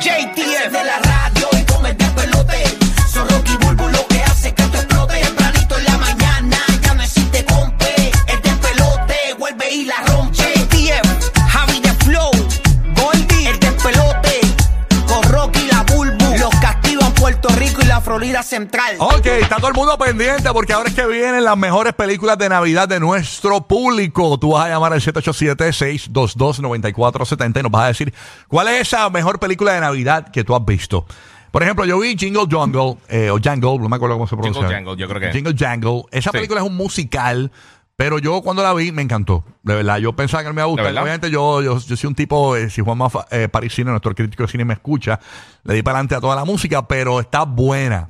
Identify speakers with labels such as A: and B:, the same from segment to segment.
A: JTF de la radio y con el despelote. Son Rocky Bulbo lo que hace que esto explote. Tempranito en la mañana ya no existe compe. El despelote vuelve y la rompe. JTF, Javi de Flow, Goldie, el despelote. Con Rocky y la Bulbo. Los castigan Puerto Rico y la Florida Central.
B: Ok, está todo el mundo pendiente porque ahora es que vienen las mejores películas de Navidad de nuestro público. Tú vas a llamar al 787-622-9470 y nos vas a decir cuál es esa mejor película de Navidad que tú has visto. Por ejemplo, yo vi Jingle Jungle, eh, o Jungle, no me acuerdo cómo se
C: Jingle
B: pronuncia.
C: Jangle, yo creo que es.
B: Jingle Jangle. Esa
C: Sí.
B: película es un musical, pero yo cuando la vi me encantó. De verdad, yo pensaba que no me iba a gustar.
C: ¿De verdad?
B: Obviamente yo, yo, yo soy un tipo, eh, si Juanma Fa- eh, Parisino, nuestro crítico de cine, me escucha, le di para adelante a toda la música, pero está buena.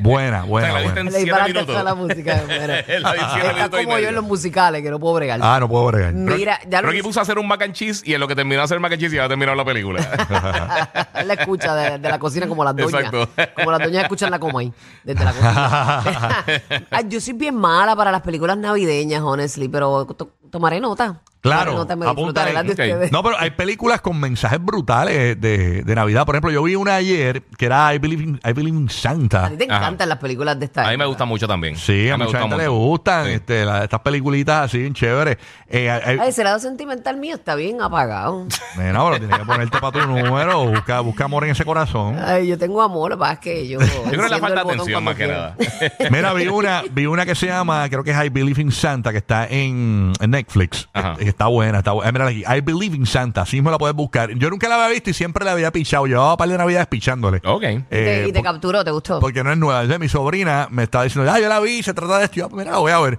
B: buena,
C: O sea,
B: buena,
C: la viste
B: buena.
C: en
D: Le
C: 7
D: disparate
C: minutos.
D: toda la música.
C: La
D: bueno.
C: vi en siete
D: Está
C: minutos y
D: como yo
C: medio.
D: en los musicales, que no puedo bregar.
B: Ah, no puedo bregar.
D: Mira, ya lo
C: Rocky puso a hacer un mac and cheese y en lo que terminó de hacer el mac and cheese ya había terminado la película.
D: Él la escucha de, de la cocina como las doñas.
C: Exacto.
D: Como las doñas escuchan la coma ahí, desde la cocina. Ay, yo soy bien mala para las películas navideñas, honestly, pero to- tomaré nota.
B: Claro,
D: Tomaré nota, me
B: apunta
D: disfrutaré
B: ahí.
D: las de
C: Ok.
D: ustedes.
B: No, pero hay películas con mensajes brutales de, de Navidad. Por ejemplo, yo vi una ayer que era I Believe in, I Believe in Santa.
D: A ti te
C: Ajá.
D: encantan las películas de esta
C: a mí me
D: época.
C: gusta mucho también.
B: Sí, a
C: mí Ah, me
B: mucha
C: gusta
B: gente le
C: mucho.
B: gustan
C: Sí.
B: este, la- estas peliculitas así, bien chéveres. Eh, eh,
D: Ay, ese lado sentimental mío está bien apagado.
B: nena, pero tienes que ponerte para tu número, busca, busca amor en ese corazón.
D: Ay, yo tengo amor, más que yo.
C: Yo creo que le
D: enciendo el
C: falta
D: botón
C: atención
D: cuando
C: más que
D: quiero.
C: nada.
B: Mira, vi una, vi una que se llama, creo que es I Believe in Santa, que está en, en Netflix.
C: Ajá.
B: Eh, Está buena, está buena. Eh, mírala aquí, I Believe in Santa, así mismo la puedes buscar. Yo nunca la había visto y siempre la había pichado. Llevaba un par de navidades pichándole.
C: Ok.
D: Y te-
B: Eh,
D: y te
B: por-
D: capturó, ¿te gustó?
B: porque no es nueva. Entonces, mi sobrina me está diciendo, ah, yo la vi, se trata de esto. Yo, "Ah, mira, la voy a ver. Eh,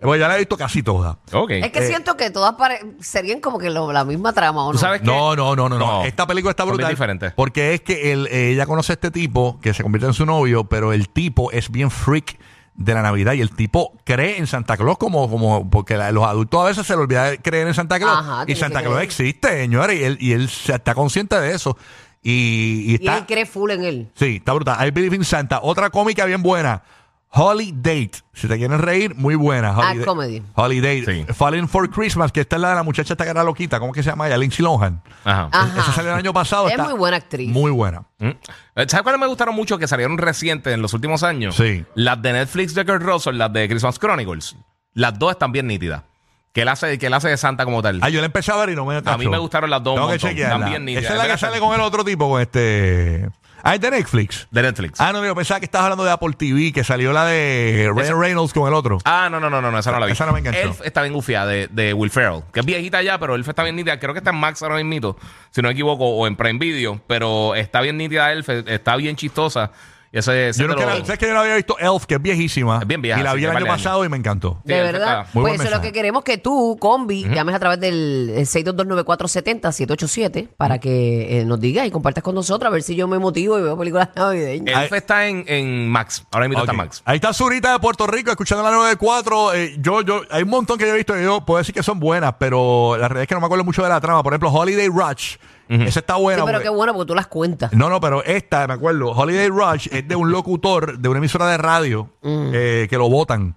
B: Pues ya la he visto casi toda.
C: Ok.
D: Es
B: Este
D: que siento que todas pare- serían como que lo- la misma trama, ¿o no?
C: ¿Tú sabes qué?
B: No, no, no, no, no.
C: No.
B: Esta película está
C: Son bien
B: brutal.
C: diferentes.
B: Porque es que el- eh, ella conoce a este tipo que se convierte en su novio, pero el tipo es bien freak de la Navidad y el tipo cree en Santa Claus como como porque la- los adultos a veces se les olvida de creer en Santa Claus
D: Ajá,
B: y
D: tiene que
B: Santa Claus
D: creer.
B: existe señores y él, y él se- está consciente de eso y, y
D: Y
B: está
D: él cree full en él.
B: Sí, está brutal. I Believe in Santa. Otra cómica bien buena. Holiday. Date. Si te quieren reír, muy buena. Holiday-
D: Ah, comedy.
B: Holiday.
C: Sí.
B: Falling for Christmas, que esta es la de la muchacha esta que era loquita. ¿Cómo que se llama ella? Lindsay Lohan.
C: Ajá.
D: Ajá.
B: Esa salió el año pasado.
D: Es
B: está
D: muy buena actriz.
B: Muy buena.
C: Mm. Eh, ¿Sabes cuáles me gustaron mucho que salieron recientes en los últimos años?
B: Sí.
C: Las de Netflix de Kurt Russell, las de Christmas Chronicles. Las dos están bien nítidas. Que él hace, que él hace de Santa como tal.
B: Ah, yo la empecé a ver y no me
C: a mí
B: cachó.
C: me gustaron las dos. un
B: Tengo que
C: montón.
B: chequearla.
C: Están bien nítidas.
B: Esa es la que sale con el otro tipo, con este. Ah, es de Netflix.
C: De Netflix. Ah,
B: Ah, no, yo pensaba que estabas hablando de Apple TV, que salió la de Ryan
C: Esa- Ah,
B: Reynolds con el otro.
C: no, no, no, no, no, esa no la vi.
B: Esa no me enganchó.
C: Elf está bien gufiada de, de Will Ferrell. Que es viejita ya, pero Elf está bien nítida. Creo que está en Max ahora mismo, si no me equivoco, o en Prime Video. Pero está bien nítida Elf, está bien chistosa. Y Ese, ese
B: yo
C: te
B: nunca
C: lo-
B: la- ¿Sabes que yo no había visto Elf, que es viejísima?
C: Es bien vieja,
B: Y la
C: sí,
B: vi el
C: de
B: año
C: varios años.
B: pasado y me encantó.
D: De
C: Sí, eso
D: verdad.
C: está-
B: Muy buen
D: pues eso es lo
B: mensaje.
D: que queremos que tú, combi, llames a través del eh, 6229470 para que eh, nos digas y compartas con nosotros a ver si yo me motivo y veo películas navideñas.
C: Elf está en, en Max. Ahora mismo está
B: Ok.
C: en Max.
B: Ahí está Zurita de Puerto Rico escuchando la 94. Eh, yo, yo, hay un montón que yo he visto que yo puedo decir que son buenas, pero la realidad es que no me acuerdo mucho de la trama. Por ejemplo, Holiday Rush. Esa está
D: Sí,
B: buena.
D: pero
B: porque-
D: qué bueno porque tú las cuentas.
B: No, no, pero esta, me acuerdo, Holiday Rush es de un locutor de una emisora de radio
D: Mm.
B: eh, que lo votan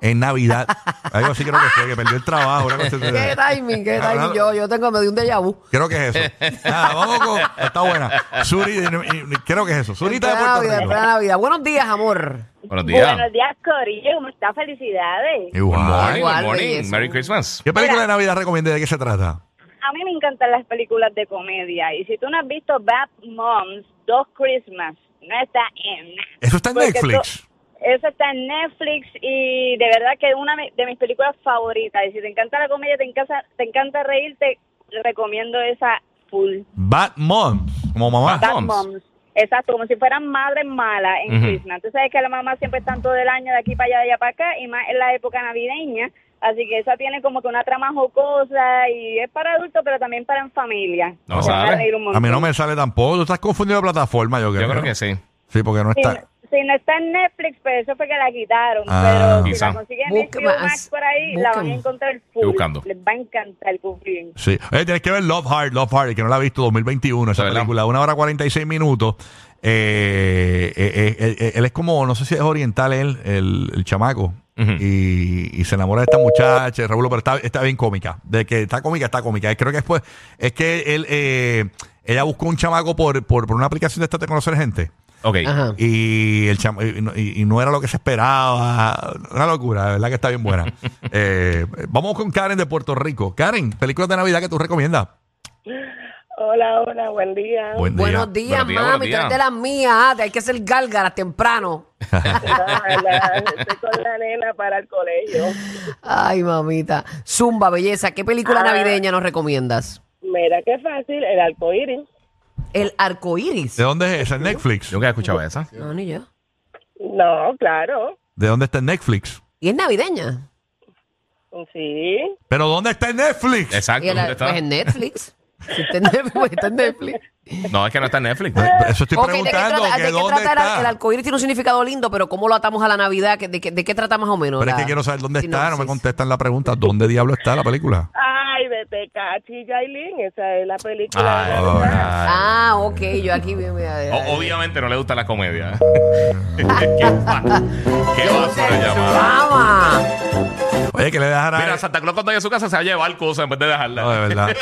B: en Navidad. Algo así creo que fue, que perdió el trabajo. una cosa así.
D: Qué timing, qué timing. Yo, yo tengo medio un déjà vu.
B: Creo que es eso. Nada, vamos con. Está buena. Suri, y- y- creo que es eso. Zurita de
D: Plena
B: Puerto
D: Navidad,
B: Rico.
D: plena Navidad. Buenos días, amor.
C: Buenos días.
E: Buenos días, Corillo. ¿Cómo está? Felicidades.
C: Good morning,
B: Igual.
D: Igual,
C: good morning.
D: belleza.
C: Merry Christmas.
B: ¿Qué película de Navidad recomienda? ¿De qué se trata?
E: A mí me encantan las películas de comedia. Y si tú no has visto Bad Moms, Dos Christmas, no está en nada.
B: Eso está en
D: Pues
E: Porque
B: Netflix.
E: tú- Eso está en Netflix y de verdad que es una mi- de mis películas favoritas. Y si te encanta la comedia, te encanta, te encanta reírte, recomiendo esa full.
B: Bad Mom, como mamá.
C: Bad-
E: Bad
C: Moms.
E: Moms. Exacto, como si fueran madres malas en
C: Ujú.
E: Christmas. Tú sabes que la mamá siempre están todo el año de aquí para allá, de allá para acá, y más en la época navideña. Así que esa tiene como que una trama jocosa y es para adultos, pero también para en familia.
C: No
E: Se van
C: sabe.
E: reír un
B: A mí no
E: montón.
B: me sale tampoco. Tú estás confundido de plataforma, yo creo.
C: Yo creo que sí.
B: Sí, porque no
E: Si,
B: está.
E: si no está en Netflix, pero eso fue que la quitaron.
B: Ah.
E: pero si
C: Quizá.
E: la consiguen en
D: Busque
E: HBO
D: más,
E: Max por ahí, la van a
D: busquen.
E: encontrar
C: Estoy
E: full.
C: buscando.
E: Les va a encantar, confíen.
B: Sí. Oye, tienes que ver Love Hard, Love Hard, que no la he visto 2021, esa
C: De verdad.
B: película, una hora 46 minutos. Eh, eh, eh, eh, él es como, no sé si es oriental él, el, el chamaco.
C: Ujú.
B: y, y se enamora de esta muchacha, pues, Raúl, pero está, está bien cómica. De que está cómica, está cómica. Creo que después, es que él, eh, Ella buscó un chamaco por, por, por una aplicación de esta de conocer gente.
C: Ok.
D: Ajá.
B: Y, el chama- y, no- y- y no era lo que se esperaba. Una locura, de verdad que está bien buena. Eh, vamos con Karen de Puerto Rico. Karen, películas de Navidad que tú recomiendas.
F: Hola, hola, buen día.
B: Buen día.
C: Buenos
D: Buenos días,
C: días, buenos
D: mami. Tú
C: días.
D: eres de las mías. ah, Hay que hacer gálgaras temprano.
F: Ah, la- estoy con la nena para el colegio.
D: Ay, mamita. Zumba, belleza. ¿Qué
B: Ah.
D: película navideña nos recomiendas?
F: Mira qué fácil, el arcoíris.
D: El arco iris.
B: ¿De dónde es? ¿Es en Netflix?
C: Yo nunca he escuchado esa.
D: No, ni yo.
F: No, claro.
B: ¿De dónde está en Netflix?
D: Y es navideña.
F: Sí.
B: ¿Pero dónde está en Netflix?
C: Exacto.
D: Y el-
C: ¿dónde
D: pues
C: está?
D: en Netflix. Si está en Netflix, pues está en Netflix.
C: No, es que no está en Netflix.
B: Eso estoy
D: Ok, ¿de qué
B: preguntando.
D: trata,
B: que
D: de qué
B: ¿Dónde
D: trata el ar-
B: está?
D: el arcoíris? Tiene un significado lindo, pero ¿cómo lo atamos a la Navidad? ¿De, qué- de qué trata más o menos?
B: Pero es
D: la
B: que quiero saber dónde está. No me
D: sinopsis?
B: contestan la pregunta. ¿Dónde diablo está la película?
F: Ay, vete, Cachi Yailin. Esa es la película. de
C: Ay,
F: Navidad.
C: ay.
D: Ah, ok. Yo aquí... mira, mira,
C: O-
B: Oh,
C: obviamente no le gustan las
B: Ah.
C: comedias. qué va- qué basura llamada.
D: ¡Vamos!
B: Oye, que le dejará.
C: Mira, Santa Claus cuando llegue a su casa se va a llevar cosas en vez de dejarla.
B: No, de verdad.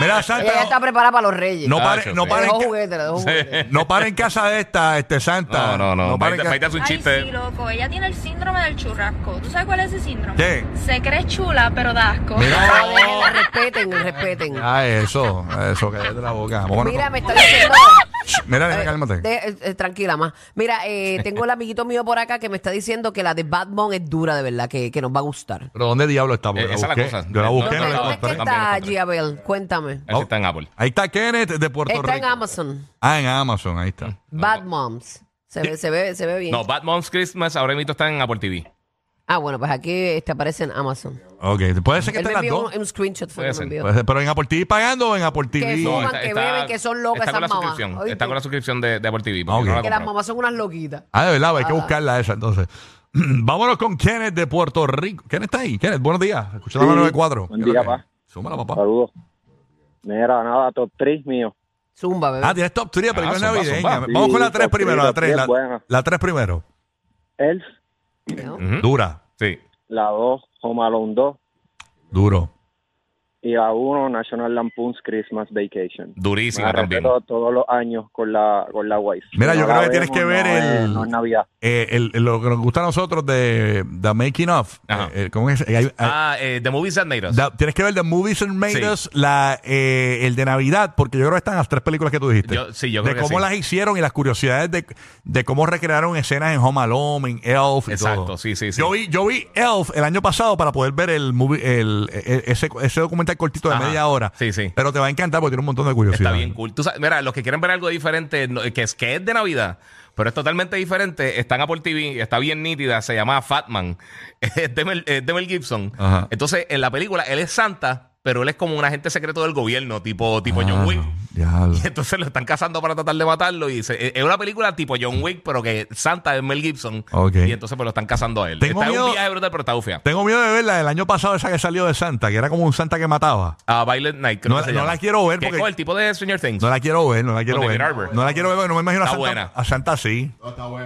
B: Mira, Santa.
D: Ella está preparada para los reyes.
B: No
D: No,
B: pare,
C: Ah,
B: no
C: sí.
B: pare, en ca-
D: juguetes, le dejó juguetes.
B: no pare en casa de esta, este Santa.
C: No, no, no.
B: pare en
C: Vete
B: ca-
C: vete a hacer un
G: Ay, sí,
C: chiste.
G: loco. Ella tiene el síndrome del churrasco. ¿Tú sabes cuál es ese síndrome?
B: ¿Qué?
G: Se cree chula, pero da asco.
D: No, déjenla, Ah, respeten, respeten.
B: Ah, pues. eso, eso, cállate la boca. Vámonos
D: Mira,
B: con-
D: me está diciendo...
B: Shh, Mira, nena, cálmate.
D: De- eh, eh, tranquila, más. Mira, eh, tengo el amiguito mío por acá que me está diciendo que la de Batman es dura, de verdad, que, que nos va a gustar.
B: Pero ¿dónde diablo está? Porque
C: Eh, esa es la
B: busqué.
C: cosa.
B: Yo la busqué,
C: ¿Dónde-
B: no la
D: ¿Dónde
C: dónde
D: es que
B: encontré.
D: está
C: También,
D: Giabel? Cuéntame.
C: Ese está en Apple.
B: Ahí está Kenneth de Puerto
D: Está en
B: Rico.
D: Amazon.
B: Ah, en Amazon, ahí está.
D: Bad Moms. Se ve, se ve, se ve bien.
C: No, Bad Moms Christmas ahora mismo está en Apple TV.
D: Ah, bueno, pues aquí este, aparece en Amazon.
B: Ok, puede ser ¿Este que estén
D: Él me
B: las
D: envió
B: dos.
D: un, un screenshot. fue
C: Puede
D: que me
C: ser.
D: envió.
B: Puede ser, pero en Apple TV pagando o en Apple TV.
D: Que suban,
C: está-
D: que
C: está-
D: beben, que son locas
C: Está con la
D: esas mamás.
C: suscripción.
D: Oíste.
C: Está con la suscripción de, de Apple TV.
B: Ah, ok.
C: porque no la
D: Que
C: compramos.
D: las mamás son unas loquitas.
B: Ah, de verdad, hay que buscarla esa entonces. Vámonos con Kenneth de Puerto Rico. Kenneth está ahí. Kenneth, buenos días. Escuchando la 94.
H: Buen
B: ¿Qué es
H: día,
B: lo que es?
H: pa.
B: Súmala, papá.
H: Saludos. Mira, nada, top 3 mío.
D: Zumba, bebé.
B: Ah, tienes top 3 de películas
C: Ah, zumba,
B: navideñas.
C: zumba.
B: Pues Vamos con la
H: Sí,
B: 3
H: top three,
B: primero. La
H: top
B: 3,
H: three
B: la,
H: es buena.
B: la 3 primero.
H: Elf,
D: ¿no?
C: Ujú.
B: Dura,
C: Sí.
H: la 2, Home Alone 2
B: duro.
H: y la 1, National Lampoon's Christmas Vacation.
C: Durísima
H: Me la
C: también.
H: repito todos los años con la, con la wife.
B: Mira,
H: Si
B: yo
H: no la
B: creo que tienes que ver
H: no es-
B: el-
H: no es Navidad.
B: Eh, el- el- lo que nos gusta a nosotros de The Making of.
C: Ajá.
B: eh, eh, ¿Cómo es? Eh, hay-
C: Ah, eh, The Movies That Made Us.
B: Da- tienes que ver The Movies and Made
C: Sí.
B: Us, la, eh, el de Navidad, porque yo creo que están las tres películas que tú dijiste.
C: Yo- sí, yo
B: de
C: creo que
B: cómo
C: sí.
B: las hicieron y las curiosidades de, de cómo recrearon escenas en Home Alone, en Elf. y
C: Exacto,
B: todo.
C: sí, sí, sí.
B: Yo vi, yo vi Elf el año pasado para poder ver el, movie- el, el- ese, ese documental cortito de
C: Ajá.
B: media hora.
C: Sí, sí.
B: Pero te va a encantar porque tiene un montón de
C: Está
B: curiosidades.
C: bien cool. Tú sabes, mira, los que quieren ver algo diferente, no- que es, que es de Navidad, pero es totalmente diferente, están a por TV, está bien nítida, se llama Fatman. Es de Mel, es de Mel Gibson.
B: Ajá.
C: Entonces, en la película, él es Santa, pero él es como un agente secreto del gobierno, tipo, tipo John
B: Ah,
C: Wick.
B: diablo.
C: Y entonces lo están cazando para tratar de matarlo. Y se- e, es una película tipo John Wick, pero que Santa es Mel Gibson.
B: Ok.
C: Y entonces pues lo están cazando a él.
B: Tengo
C: está en
B: miedo-
C: un viaje brutal, pero está bufia.
B: Tengo miedo de verla el año pasado, esa que salió de Santa, que era como un Santa que mataba.
C: A Violet Night, creo
B: No
C: que
B: la-
C: se
B: no
C: llama.
B: la quiero ver
C: Que es
B: porque-
C: con el tipo de Stranger Things.
B: No la quiero ver, no la quiero
C: Con
B: ver.
C: David Harbour.
B: No la quiero ver, porque no me imagino a
C: Está
B: Santa,
C: buena.
B: a Santa así.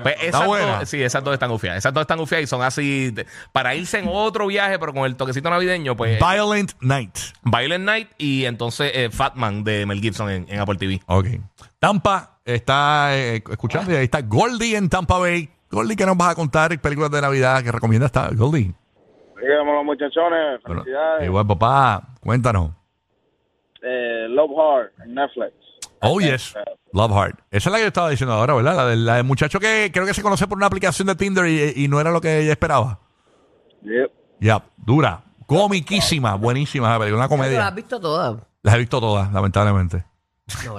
C: Pues esas
B: buena.
C: Dos, sí, esas dos están gufiadas. Esas dos están gufiadas y son así de- para irse en otro viaje, pero con el toquecito navideño, pues
B: Violent Night.
C: Violent Night y entonces eh, Fat Man de Mel Gibson en, en Apple TV.
B: Ok. Tampa está eh, escuchando y ahí está Goldie en Tampa Bay. Goldie, ¿qué nos vas a contar? Películas de Navidad que recomiendas, está Goldie.
I: Dígamelo, muchachones.
B: Bueno,
I: Felicidades.
B: igual, papá, cuéntanos.
I: eh, Love Hard en Netflix.
B: Oh, yes. Love Heart. Esa es la que yo estaba diciendo ahora, ¿verdad? La del, la del muchacho que creo que se conoce por una aplicación de Tinder y, y no era lo que ella esperaba.
I: Yep.
B: Ya, dura. Comiquísima, buenísima esa película, una
D: Tú las has
B: comedia.
D: visto todas.
B: Las he visto todas, lamentablemente.
D: No,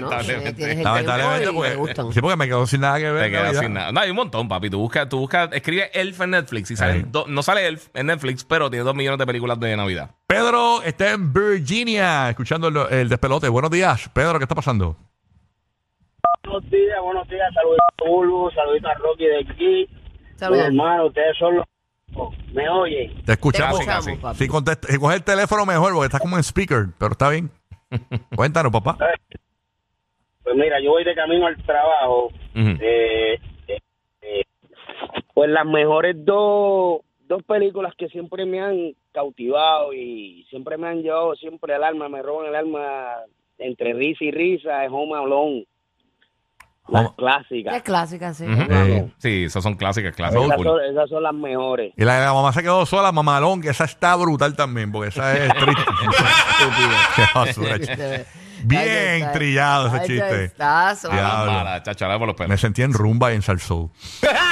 D: no.
C: Lamentablemente.
D: Tienes el
B: Lamentablemente,
D: tiempo y te
B: porque,
D: gustan.
B: sí, porque me quedo sin nada que ver.
C: Te quedas
B: Pues Navidad.
C: sin nada. No, hay un montón, papi. Tú buscas, tú buscas, escribe Elf en Netflix y
B: Ahí.
C: salen do- no sale Elf en Netflix, pero tiene dos millones de películas de Navidad.
B: Pedro está en Virginia escuchando el, el despelote. Buenos días, Pedro, ¿qué está pasando?
I: Buenos días, buenos días. Saluditos a Bulbo, saluditos a Rocky de aquí.
D: Saludos.
I: Mi hermano, ustedes son los... ¿Me oyen?
B: Te
D: Te
B: escuchamos.
C: Casi, casi.
D: escuchamos, papi.
B: Si, contesta- si coges el teléfono mejor, porque estás como en speaker, pero está bien. Cuéntanos, papá.
I: Pues mira, yo voy de camino al trabajo.
C: Ujú.
I: Eh, eh, eh, pues las mejores dos, dos películas que siempre me han cautivado y siempre me han llevado siempre el alma, me roban el alma entre risa y risa es Home Alone. Las
B: Home-
I: clásicas.
D: Es clásica, sí.
C: Ujú.
B: Eh.
C: Sí, esas son clásicas, clásicas.
I: Esas
C: full.
I: son, esas son las mejores.
B: Y la, de la mamá se quedó sola, mamalón, que esa está brutal también, porque esa es triste. Qué basura, chico.
D: Este,
B: Bien trillado ese chiste.
C: Ah,
B: Diablo.
C: mala, chacho, la por los
B: Me
C: pelos.
B: sentí en rumba y en salsou.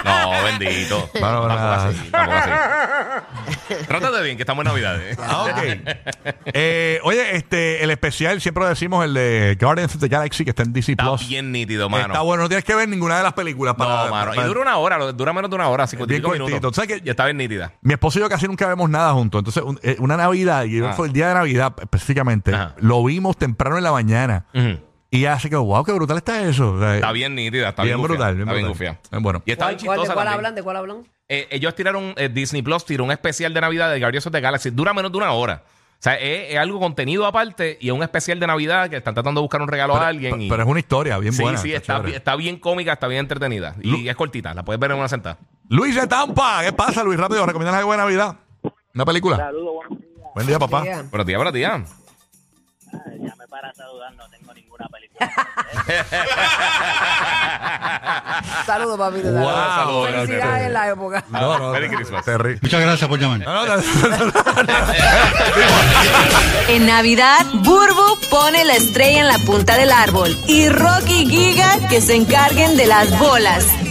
C: No, bendito.
B: Bueno,
C: Tampoco
B: nada.
C: así, tampoco así. Trátate bien, que estamos en Navidad. eh.
B: Ah, ok. Eh, oye, este, el especial, siempre decimos el de Guardians of the Galaxy, que está en DC
C: Está
B: Plus.
C: bien nítido, mano.
B: Está bueno, no tienes que ver ninguna de las películas para.
C: No, mano. Y
B: para-
C: dura una hora, lo- dura menos de una hora, 55
B: Bien cortito.
C: minutos.
B: ¿Tú sabes que-
C: Y está bien nítida.
B: Mi esposo y yo casi nunca vemos nada juntos. Entonces, un- eh, una Navidad, y
C: Ah.
B: fue el día de Navidad específicamente,
C: Ajá.
B: lo vimos temprano en la mañana.
C: Ujú.
B: Y ya se quedó, wow, qué brutal está eso. O sea,
C: Está bien nítida, está bien, gufia,
B: brutal.
C: Está bien
B: brutal.
C: gufia.
B: Eh, Bueno,
C: Y está bien
D: ¿Cuál, cuál,
C: chistosa
D: ¿De cuál
C: también.
D: hablan? ¿De cuál hablan?
C: Eh, ellos tiraron, eh, Disney Plus tiró un especial de Navidad de Guardians of the Galaxy. Dura menos de una hora. O sea, es, es algo contenido aparte y es un especial de Navidad que están tratando de buscar un regalo a alguien.
B: pero,
C: y-
B: pero es una historia bien
C: sí,
B: buena.
C: sí,
B: está
C: está,
B: chévere.
C: bien- está bien cómica, está bien entretenida. Y es cortita, la puedes ver en una sentada.
B: Luis de Tampa, ¿qué pasa, Luis? Rápido, recomiendas algo de Navidad. Una película.
I: Saludos, buenos días.
B: Buen día, papá.
D: Yeah.
C: Pero tía, pero tía.
I: Llame para saludar, no tengo ninguna película.
D: Saludos, papi. te
B: Wow,
D: saludo.
B: saludos,
D: Felicidades
B: ok.
D: en la época.
B: No, no,
C: Merry
B: no,
C: Christmas.
B: terri-
J: Muchas gracias por llamar.
B: No, no, no.
K: En Navidad, Burbu pone la estrella en la punta del árbol y Rocky y Giga que se encarguen de las bolas.